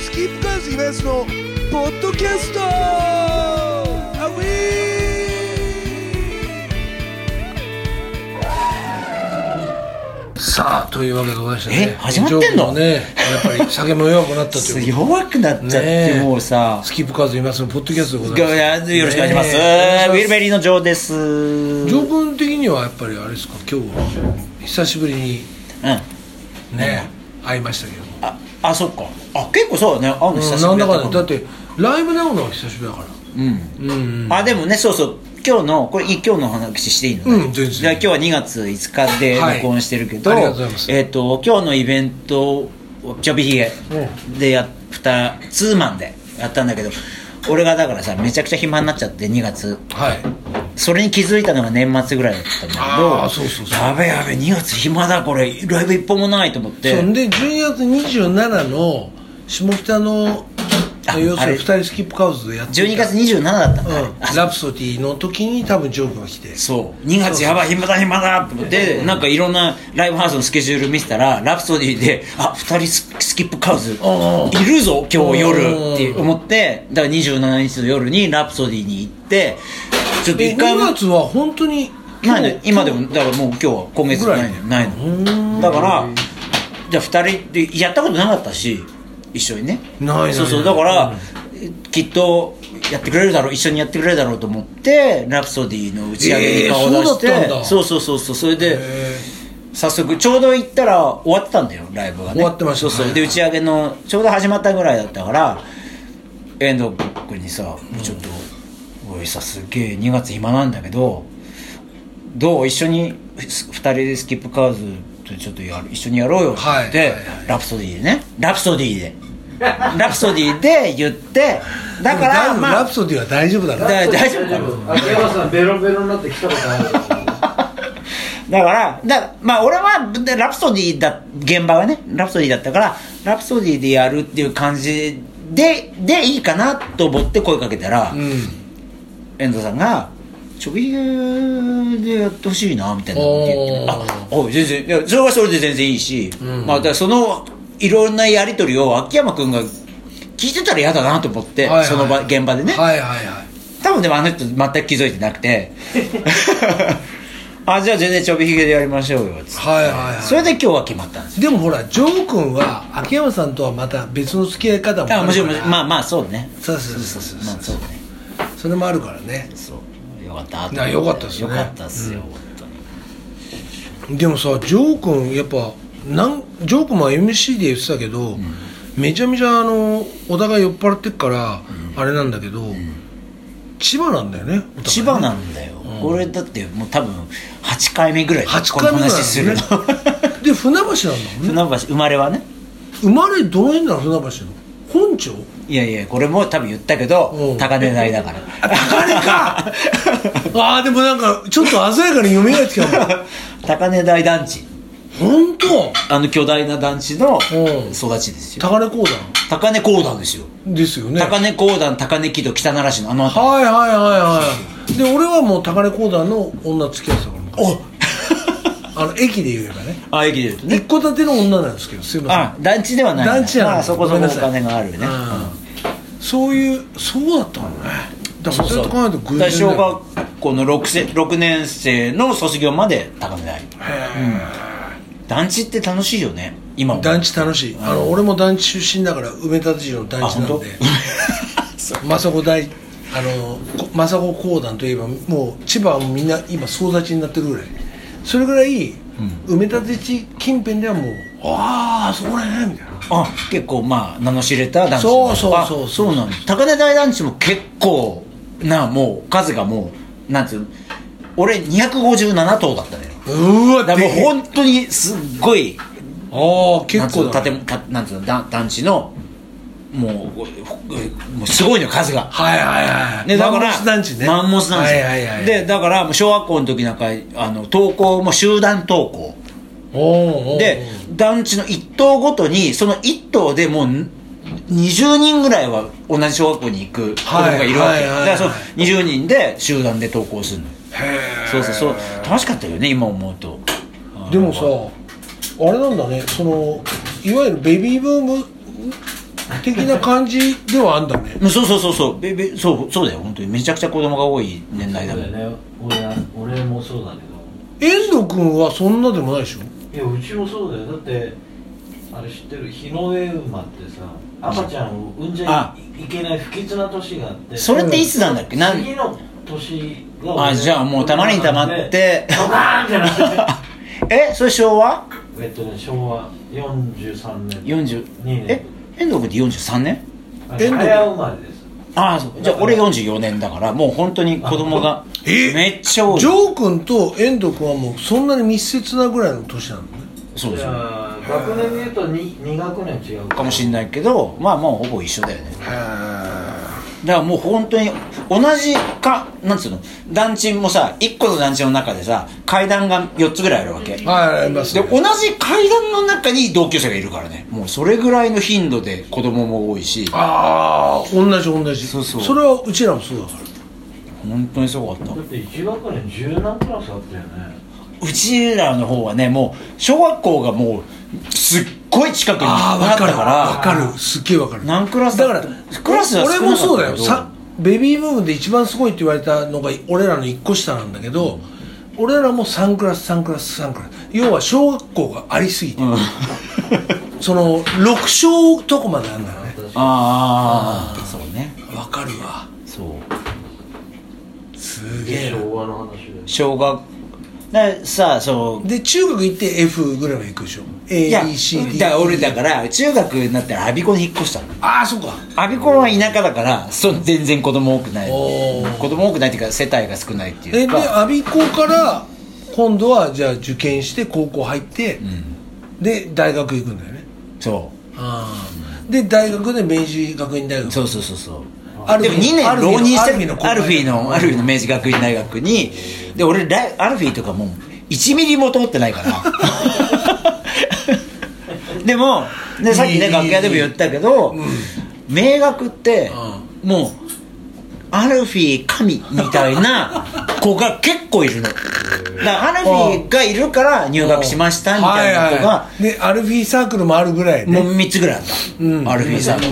スキップカーズイベントのポッドキャストアウィーさあというわけでございましてねえ始まってんのジョークもねやっぱり酒も弱くなったというこ弱くなっとちゃって、ねえもうさ。スキップカーズイベントのポッドキャストでございがますよろしくお願いします。ウねえィルベリーのジョーです。ジョー君的にはやっぱりあれですか今日は久しぶりにうん。ね会いましたけどあ、あ、そっか。あ、結構そうだね。会うの久しぶうんなんだりったかんだだってライブで会うのは久しぶりだからうん。うんうんあ、でもね、そうそう。今日の、これ、い今日の話していいのうん全然じゃあ今日は2月5日ではい録音してるけど、ありがとうございますえっ、と、今日のイベント、ちょびひげでやった、ツーマンでやったんだけど、俺がだからさ、めちゃくちゃ暇になっちゃって、2月。はいそれに気づいたのが年末ぐらいだったんだけどあーそうそうそうやべやべ2月暇だこれライブ一本もないと思ってそんで12月27の下北のあ要すあるれに2人スキップカウスでやって12月27だったんうだ、んラプソディの時に多分ジョークが来てそう2月やばい暇だ暇だって思ってなんかいろんなライブハウスのスケジュール見てたらラプソディであ二2人ススキップカウズおうおういるぞ今日夜おうおうって思ってだから27日の夜にラプソディに行ってちょっとえ一2回も月は本当にないね今でもだからもう今日は今月ないのよぐないーのだからじゃあ2人でやったことなかったし一緒にねないないそうそうだから、きっとやってくれるだろう一緒にやってくれるだろうと思って「ラプソディ」の打ち上げに顔を出して、えーそうだったんだそうそうそうそうそれでへ早速ちょうど行ったら終わってたんだよライブがね終わってましたそうそはういで打ち上げのちょうど始まったぐらいだったから遠藤君にさ「ちょっと、おいさすげえ2月暇なんだけどどう一緒に2人でスキップカーズとちょっとやる一緒にやろうよ」って言って、はいはいはいラプソディでねラプソディでラプソディで言ってだか多ら分まラあプソディは大丈夫だろだ大丈夫かなあの山さんベロベロになって来たことあるだから、だまあ俺はでラプソディだ、現場がね、ラプソディだったから、ラプソディでやるっていう感じで、でいいかなと思って声かけたら、うん遠藤さんが、ちょびひげでやってほしいな、みたいなこと言っておーあ、おい全然、いや、それはそれで全然いいし、うんまあだからその、いろんなやりとりを秋山くんが聞いてたら嫌だなと思って、はいはいその場、現場でね。はいはいはい多分でもあの人全く気づいてなく て あじゃあ全然ちょびひげでやりましょうよつってはいはいはいそれで今日は決まったんですよでもほらジョー君は秋山さんとはまた別の付き合い方もあもちろんもちろんまああまあそうねそうそうそうそうまあそうねそれもあるからねそうよかったいやよかったですねよかったっすよ、本当にでもさジョー君やっぱなんジョー君も MC で言ってたけど、めちゃめちゃあのお互い酔っ払ってっから、あれなんだけど、千葉なんだよねお互いね千葉なんだよ、俺だってもう多分8回目ぐらい8この回目ぐらい話するのだよねで船橋なんだもんね船橋生まれはね生まれどの辺なの船橋の本町いやいやこれも多分言ったけどうん高値台だから高値かああでもなんかちょっと鮮やかに蘇ってきたもん 高値台団地本当あの巨大な団地のうん育ちですよ高根講談高根講談ですよ、ですよね高根講談高根木戸北奈良市のあの辺りはいはいはいはいで俺はもう高根講談の女付き合ってたから昔あの駅で言えばねあ駅で言うとね一戸建ての女なんですけどすいまあ団地ではせないん団地やまあそこそこお金があるね、そういうそうだったのねだからそうやって考えると偶然だだからよ小学校の 6, せ6年生の卒業まで高根台団地って楽しいよね今も団地楽しいあの俺も団地出身だから埋め立て地の団地なんあ本で 政子大あのこ政子公団といえばもう千葉はみんな今総立ちになってるぐらいそれぐらい、埋め立て地近辺ではもうああそこらへんみたいなあ結構まあ名の知れた団地そうそうそうあそうなんです高根台団地も結構なもう数がもうなんつうの俺257棟だったのようわだからもうで本当にすっごいああなん結つう構のだ建物たなんつうのだ団地のもうう もうすごいのよ数がはいはいはいねだからマンモス団地ねマンモス団地はいはいはいでだからもう小学校の時なんかあの登校も集団登校おうおうおうで団地の一棟ごとにその一棟でもう20人ぐらいは同じ小学校に行く子供がいるわはけいはいはいはいだからその20人で集団で登校するのよへそうそうそう楽しかったよね今思うとーでもさあれなんだねそのいわゆるベビーブーム的な感じではあんだねうんそうそうそうそうべべそうそうだよ本当にめちゃくちゃ子供が多い年代だそうもだん、よね俺は俺もそうだけど遠藤君はそんなでもないでしょいやうちもそうだよだってあれ知ってる日の絵馬ってさ赤ちゃんを産んじゃいいけない不吉な年があってそれっていつなんだっけなん次の年が俺あじゃあもうたまりにたまって ドカーンってな ってえそれ昭和えっとね昭和43年 ?40 年え遠藤君って43年あ遠藤早生まれですああそうじゃあ俺44年だからもう本当に子供がえめっちゃ多いジそョー君と遠藤君はもうそんなに密接なぐらいの年なのねういそやうー学年で言うと 2, 2学年違うかもしんないけどまあまあほぼ一緒だよねへだからもう本当に同じかなんつうの団地もさ1個の団地の中でさ階段が4つぐらいあるわけえはいありますでね同じ階段の中に同級生がいるからねもうそれぐらいの頻度で子供も多いしああ同じ同じそうそうれはうちらもそうだから本当にすごかっただって1学年十何クラスあったよねうちらの方はねもう小学校がもうすっごい近くにあああっ分かたるから分かるすっげえ分かる何クラスだだからクラスは少な俺かもったけどそうだよさベビーブームで一番すごいって言われたのが俺らの1個下なんだけど、俺らも3クラス3クラス3クラス要は小学校がありすぎて、その6小とこまであるんだよねああそうね分かるわそうすげえな昭和の話で小学ださあそうで中学行って F ぐらいまで行くでしょいや ABCD だから俺だから中学になったら我孫子に引っ越したのああそうか我孫子は田舎だからそう全然子供多くないおー子供多くないっていうか世帯が少ないっていえでうか我孫子から今度はじゃあ受験して高校入って、で大学行くんだよねそああで大学で明治学院大う学そうそうそうそうアルでフィもー2年浪人してアルフィーの後輩アルフィーのアルフィーの明治学院大学にで俺ライアルフィーとかもう1ミリも通ってないから でもでさっきいいいねい楽屋でも言ったけど、名学ってもうアルフィー神みたいな子が結構いるのだからアルフィーがいるから入学しましたみたいな子が、はいはい、でアルフィーサークルもあるぐらいねもう3つぐらいあった、うんアルフィーさんが、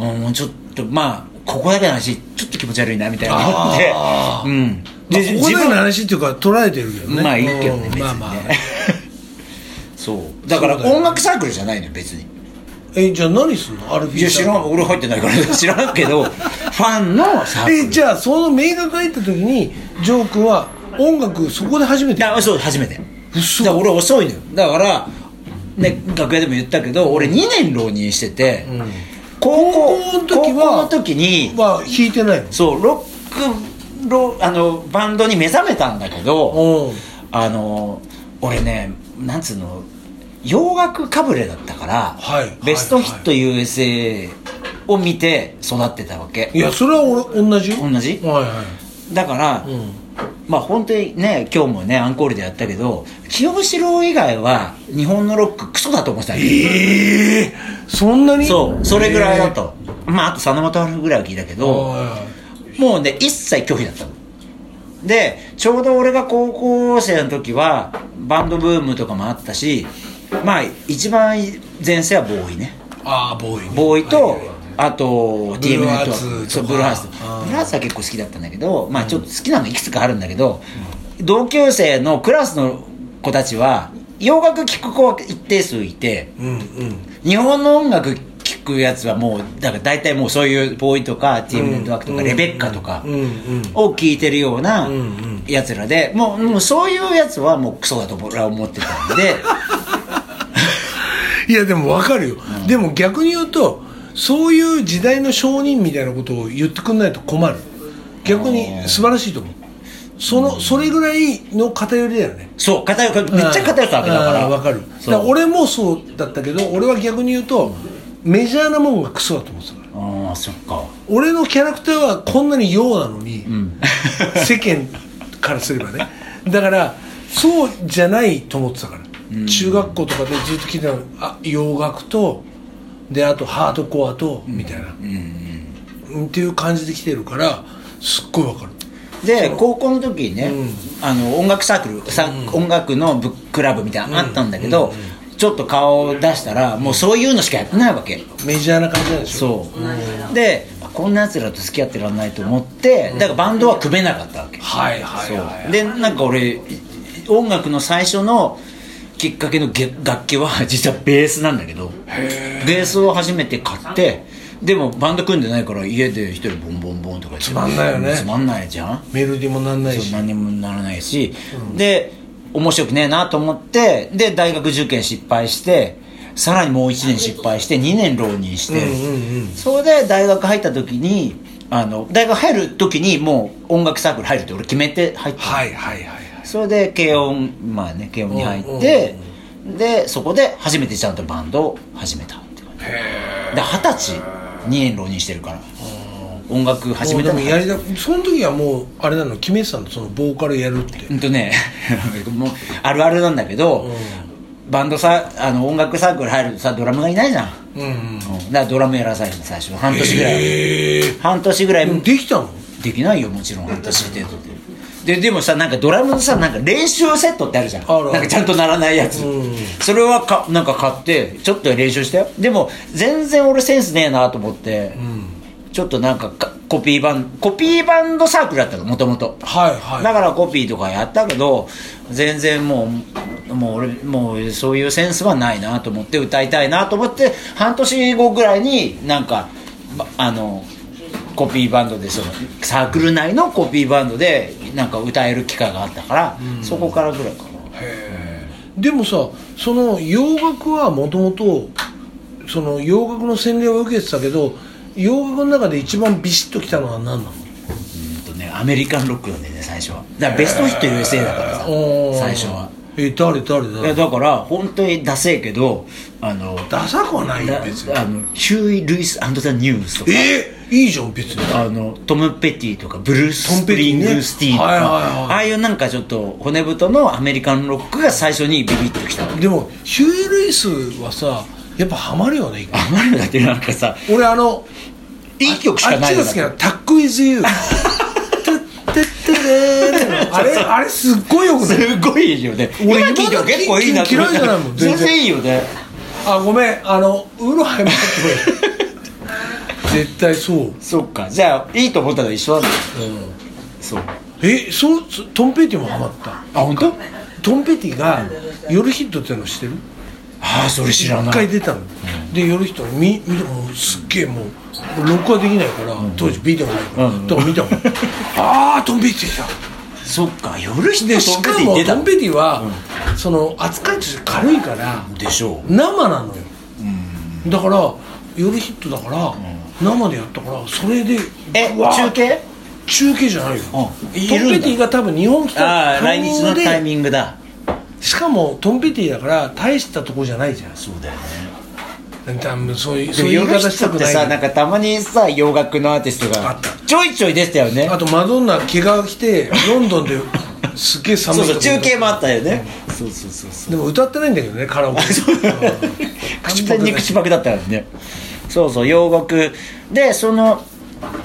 うん、もうちょっとまあここだけの話ちょっと気持ち悪いなみたいな思ってあうんでここだけのは話っていうか捉えてるけどねまあいいけどねうん別にね、まあまあ そうだからそうだよ音楽サークルじゃないのよ別にえじゃあ何すんのアルフィいやー知サらーん俺入ってないから 知らんけどファンのサクークルルえじゃあその名学入った時にジョー君は音楽そこで初めてだそう初めて嘘だから俺遅いのよだからね楽屋でも言ったけど俺2年浪人してて、高校高校の時は高校の時には弾いてないのそうロックロあのバンドに目覚めたんだけうどんあの俺ねなんつうの洋楽かぶれだったから、はいベストヒット USA を見て育ってたわけいやそれは俺同じよ同じはいはだから、いうんまあ本当にね今日もねアンコールでやったけど清志郎以外は日本のロッククソだと思ってたよええそんなにそうそれぐらいだと、まああと佐野元春ぐらいは聞いたけえーどはもうね、一切拒否だったの。で、ちょうど俺が高校生の時は、バンドブームとかもあったし、まあ、一番前世はボーイね。いああボーイボーイはといはいはい、あと、ブル TM ーハネーッツトとかそう、ブルーハーツ。あーブルーハーツは結構好きだったんだけど、まあ、ちょっと好きなのいくつかあるんだけど、同級生のクラスの子たちは、洋楽聴く子は一定数いて、うんうん日本の音楽聴くやつはもう、だから大体もうそういうボーイとか、TM ネットワークとか、レベッカとか、うんうんを聞いてるようなうんうんやつらで、もうもうそういうやつはもうクソだと俺は思って たんでいやでも分かるよ、でも逆に言うとそういう時代の商人みたいなことを言ってくんないと困る逆に素晴らしいと思うそのそれぐらいの偏りだよねそう偏るめっちゃ偏ったわけだからうん分かるだそうから俺もそうだったけど俺は逆に言うとメジャーなもんがクソだと思ってたからああそっか俺のキャラクターはこんなに陽なのに、世間からすればねだからそうじゃないと思ってたから、中学校とかでずっと聞いてたのあ洋楽とであとハードコアと、みたいな、うんっていう感じで来てるからすっごいわかるで高校の時にね、あの音楽サークルさ、音楽のブッククラブみたいなのあったんだけど、ちょっと顔を出したらもうそういうのしかやってないわけメジャーな感じなんでしょそう、でこんなやつらと付き合ってらんないと思ってだからバンドは組めなかったわけ、はいはいはいはいそうでなんか俺い音楽の最初のきっかけのげ楽器は 実はベースなんだけどベースを初めて買ってでもバンド組んでないから家で一人ボンボンボンとかつまんないよねつまんないじゃんメロディーもなんないそうし何にもならないし、で面白くねえなと思ってで大学受験失敗してさらにもう1年失敗して2年浪人して、うんうんうんそれで大学入った時にあの大学入る時にもう音楽サークル入るって俺決めて入ったの、はいはいはいはいそれで軽音まあね軽音に入って、でそこで初めてちゃんとバンドを始めたって感じで二十歳2年浪人してるから音楽始もうめでたものやりだその時はもうあれなの決めてたのそのボーカルやるってうんとね もうあるあるなんだけど、バンドさあの音楽サークル入るとさドラムがいないじゃん、うんうんうんだからドラムやらされて最初半年ぐらい、へえ半年ぐらいでもできたのできないよもちろん半年程度でででもさなんかドラムのさなんか練習セットってあるじゃんあるあるなんかちゃんとならないやつ、うんそれはかなんか買ってちょっと練習したよでも全然俺センスねえなと思って、ちょっとなんかかコピーバンコピーバンドサークルだったのもともとはいはいだからコピーとかやったけど全然もうもう俺もうそういうセンスはないなと思って歌いたいなと思って半年後ぐらいになんかばあのコピーバンドでそのサークル内のコピーバンドでなんか歌える機会があったから、そこからぐらいかなでもさその洋楽はもともとその洋楽の洗礼を受けてたけど洋楽の中で一番ビシッときたのは何なのうんとねアメリカンロックなんだよね最初はだからベストヒット USA だからさおー最初はえ誰誰いや誰だから本当にダセえけどあのダサくはないよだ別にあのヒューイ・ルイス・アンド・ザ・ニュースとかえー、いいじゃん別にあのトム・ペティとかブルース・トスムペプティリンねグ・スティーとか、はいはいはいああいうなんかちょっと骨太のアメリカンロックが最初にビビッときたでもヒューイ・ルイスはさやっぱハマるよね一回あまりだってなんかさ俺あのいい曲しかないあっよちが好きなのタックイズユーあれあれすっごいよくないすごいいいよね俺今聞いても結構いいなと思っ嫌たいじゃないもん全全然然いいよねあごめんあのウーロンハイもらって こい絶対そうそっかじゃあいいと思ったのは一緒なんだよそうえそうそトンペティもハマったあ本当？トンペティが夜ヒットっていうの知ってるああそれ知ら一な回い出たの、で夜ヒット見見てもうすっげえもう録画できないから、当時ビデオないから、うんだから見 たもんああトンペティだそっか夜日ででししかかもも出トたンペティは、その扱いとして軽いからでしょう生なのよ、だから夜ヒットだから、生でやったからそれでえうわー中継中継じゃないよトンうんペいるんだティが多分日本来たああタイ来ミン日グのでタイミングだしかもトンペティだから大したとこじゃないじゃんそうだよね多分そういうでそうもいう言洋い楽方したっくてないさなんかたまにさ洋楽のアーティストあっがたちょいちょい出てたよねあとマドンナ毛が来てロンドンですっげえ寒いそうとこそう中継もあったよねそうそうそうそうでも歌ってないんだけどねカラオケ口パクに口パクだったよねそうそう洋楽でそのだか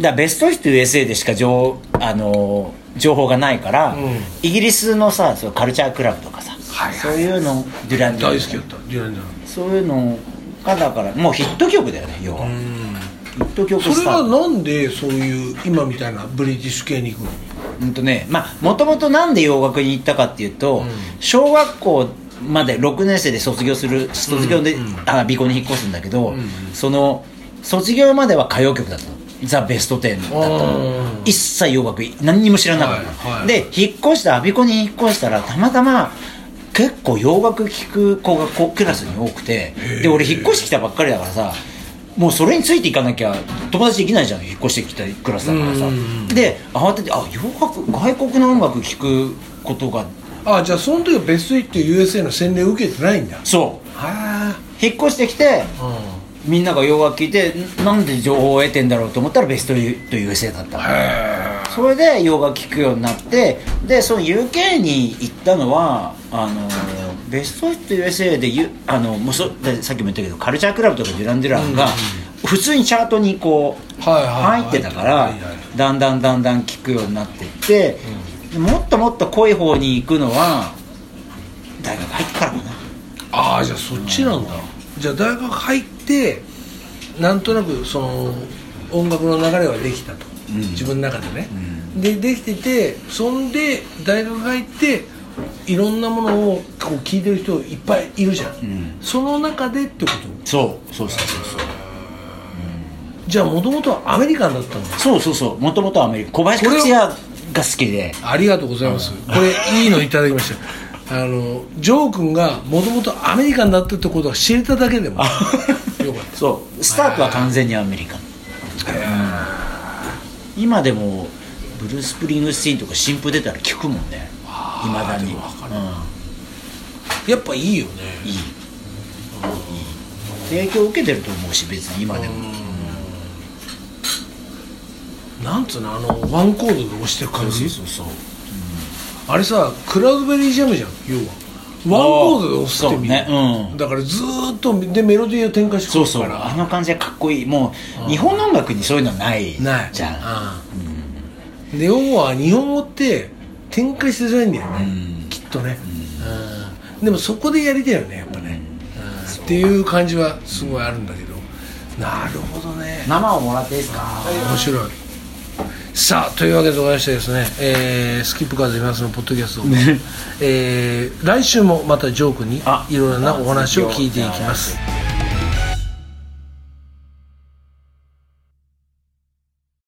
らベストヒット USA でしか情,、あのー情報がないから、んイギリスのさそのカルチャークラブとかさ、はいはいそういうのデュランデュラ大ン好きだったデュランデュランそういうのがだからもうヒット曲だよね要はヒット曲そスれターはトなんでそういう今みたいなブリティッシュ系に行くのうんとねまあもともとなんで洋楽に行ったかっていうと、小学校まで6年生で卒業する卒業で、あ美高に引っ越すんだけど、その卒業までは歌謡曲だったのザ・ベストテンだったうの一切洋楽何にも知らなかった、はいはいで引っ越したアビコに引っ越したらたまたま結構洋楽聴く子がこうクラスに多くてで俺引っ越してきたばっかりだからさもうそれについていかなきゃ友達できないじゃん引っ越してきたクラスだからさで慌ててあ洋楽外国の音楽聴くことがあじゃあその時はベストイっていう USA の洗礼を受けてないんだそうは引っ越してきてあうんみんなが洋楽聴いてんなんで情報を得てんだろうと思ったらベストユと USA だったそれで洋楽聴くようになってでその UK に行ったのはあのベストヒット USA でゆあのもうそでさっきも言ったけどカルチャークラブとかデュラン・デュランが普通にチャートにこうはいはいはい入ってたからはいはいだんだんだんだん聴くようになってってもっともっと濃い方に行くのは大学入ってからかなああじゃあそっちなんだ、じゃあ大学入ってなんとなくその音楽の流れはできたと、うん自分の中でね、でできててそんで大学入っていろんなものをこう聞いてる人いっぱいいるじゃん、んその中でってことそうそうそうそうそうじゃあもともとはアメリカンだったんだそうそうそうもともとアメリカ小林克也が好きでありがとうございます、これいいのいただきましたあのジョー君がもともとアメリカンだったってことは知れただけでもよかったそうスタートは完全にアメリカン、うん今でもブルース・プリングスティーンとか新譜出たら聞くもんねいまだに、うやっぱいいよねん、いいいい影響を受けてると思うし別に今でも、なんつうのあのワンコードで押してる感じそうそうそうあれさクラウドベリージャムじゃん要はワンコードで押すってみる、そうねうんだからずーっとでメロディーを展開してそうくるそうからあの感じがかっこいいもう日本の音楽にそういうのはないないじゃんうんで要は日本語って展開しづらいんだよね、うんきっとね、うんでもそこでやりたいよねやっぱね、うんっていう感じはすごいあるんだけど、なるほどね生をもらっていいですか面白いさあというわけでございましてですね、えースキップカード今すのポッドキャスト、えー来週もまたジョークにあいろいろなお話を聞いていきます